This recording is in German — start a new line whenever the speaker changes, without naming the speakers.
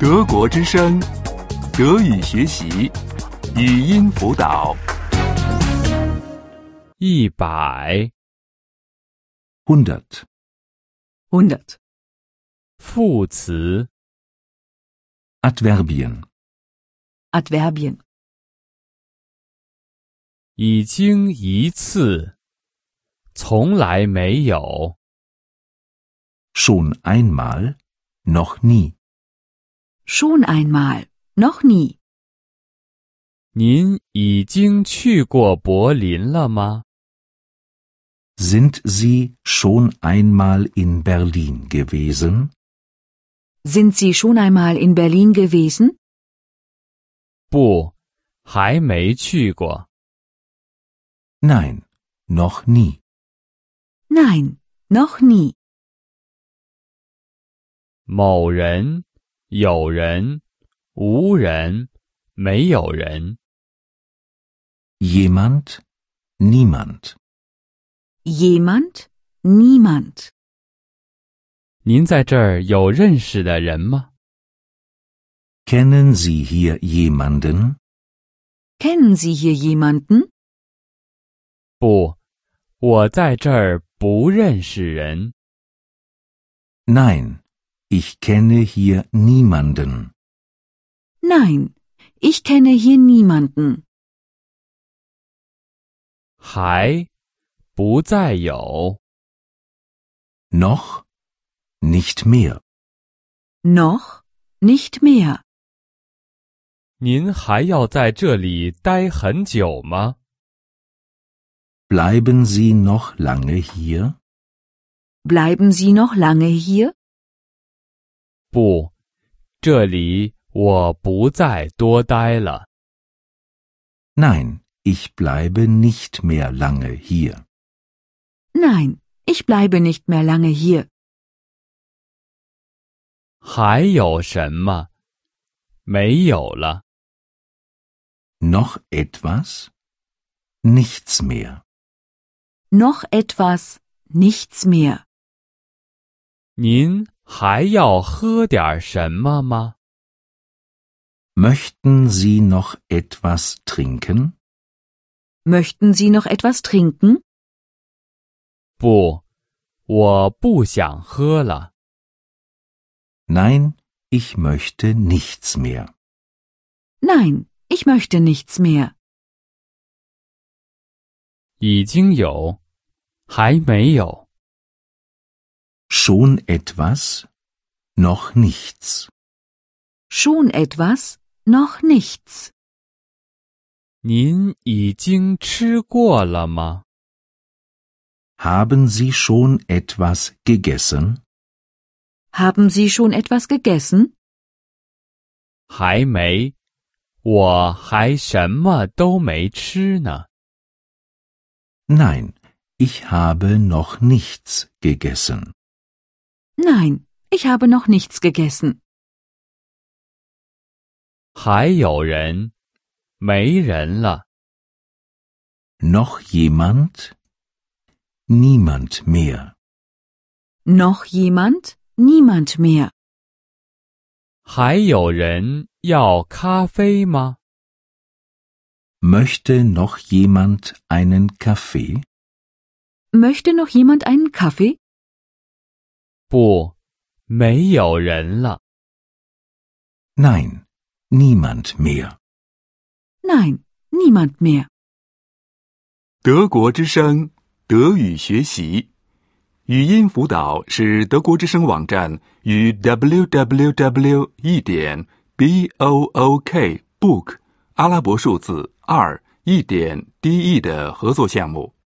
德国之声，德语学习，语音辅导。
一百
hundert,
100.
副词
Adverbien,
Adverbien.
已经一次，从来没有。
schon einmal, noch nie,
Schon einmal. Noch nie.
您已经去过柏林了吗？
sind Sie schon einmal in Berlin gewesen?
Sind Sie schon einmal in Berlin gewesen?
不，还没去过。
Nein, noch nie.
Nein. Noch nie.
某人、有人、无人、没有人。
Jemand, niemand.
Jemand? Niemand.
您在这儿有认识的人吗？
Kennen Sie hier jemanden?
Kennen Sie hier jemanden?
不，我在这儿不认识人。
Nein, ich kenne hier niemanden.
Nein. Ich kenne hier niemanden.
还不再有。
Noch? Nicht mehr.
Noch? Nicht mehr.
您还要在这里待很久吗？
Bleiben Sie noch lange hier?
Bleiben Sie noch lange hier?
不，这里我不再多待了。
Nein, ich bleibe nicht mehr lange hier.
Nein. Ich bleibe nicht mehr lange hier.
还有什么？没有了。
Noch etwas? Nichts mehr.
Noch etwas? Nichts mehr.
您还要喝点什么吗？
Möchten Sie noch etwas trinken?
Möchten Sie noch etwas trinken?
不，我不想喝了。
Nein, ich möchte nichts mehr.
Nein. Ich möchte nichts mehr.
已经有，还没有。
Schon etwas? Noch nichts.
Schon etwas? Noch nichts.
您已经吃过了吗？
Haben Sie schon etwas gegessen?
Haben Sie schon etwas gegessen?
还没，我还什么都没吃呢。
Nein, ich habe noch nichts gegessen.
Nein, ich habe noch nichts gegessen.
还有人，没人了。
Noch jemand? Niemand mehr.
Noch jemand? Niemand mehr.
还有人要咖啡吗？
Möchte noch jemand einen Kaffee?
Möchte noch jemand einen Kaffee?
不，没有人了。
Nein, niemand mehr.
Nein, niemand mehr.
德国之声，德语学习，语音辅导是德国之声网站与 www. 一点 b o o k book 阿拉伯数字二一点 d e 的合作项目。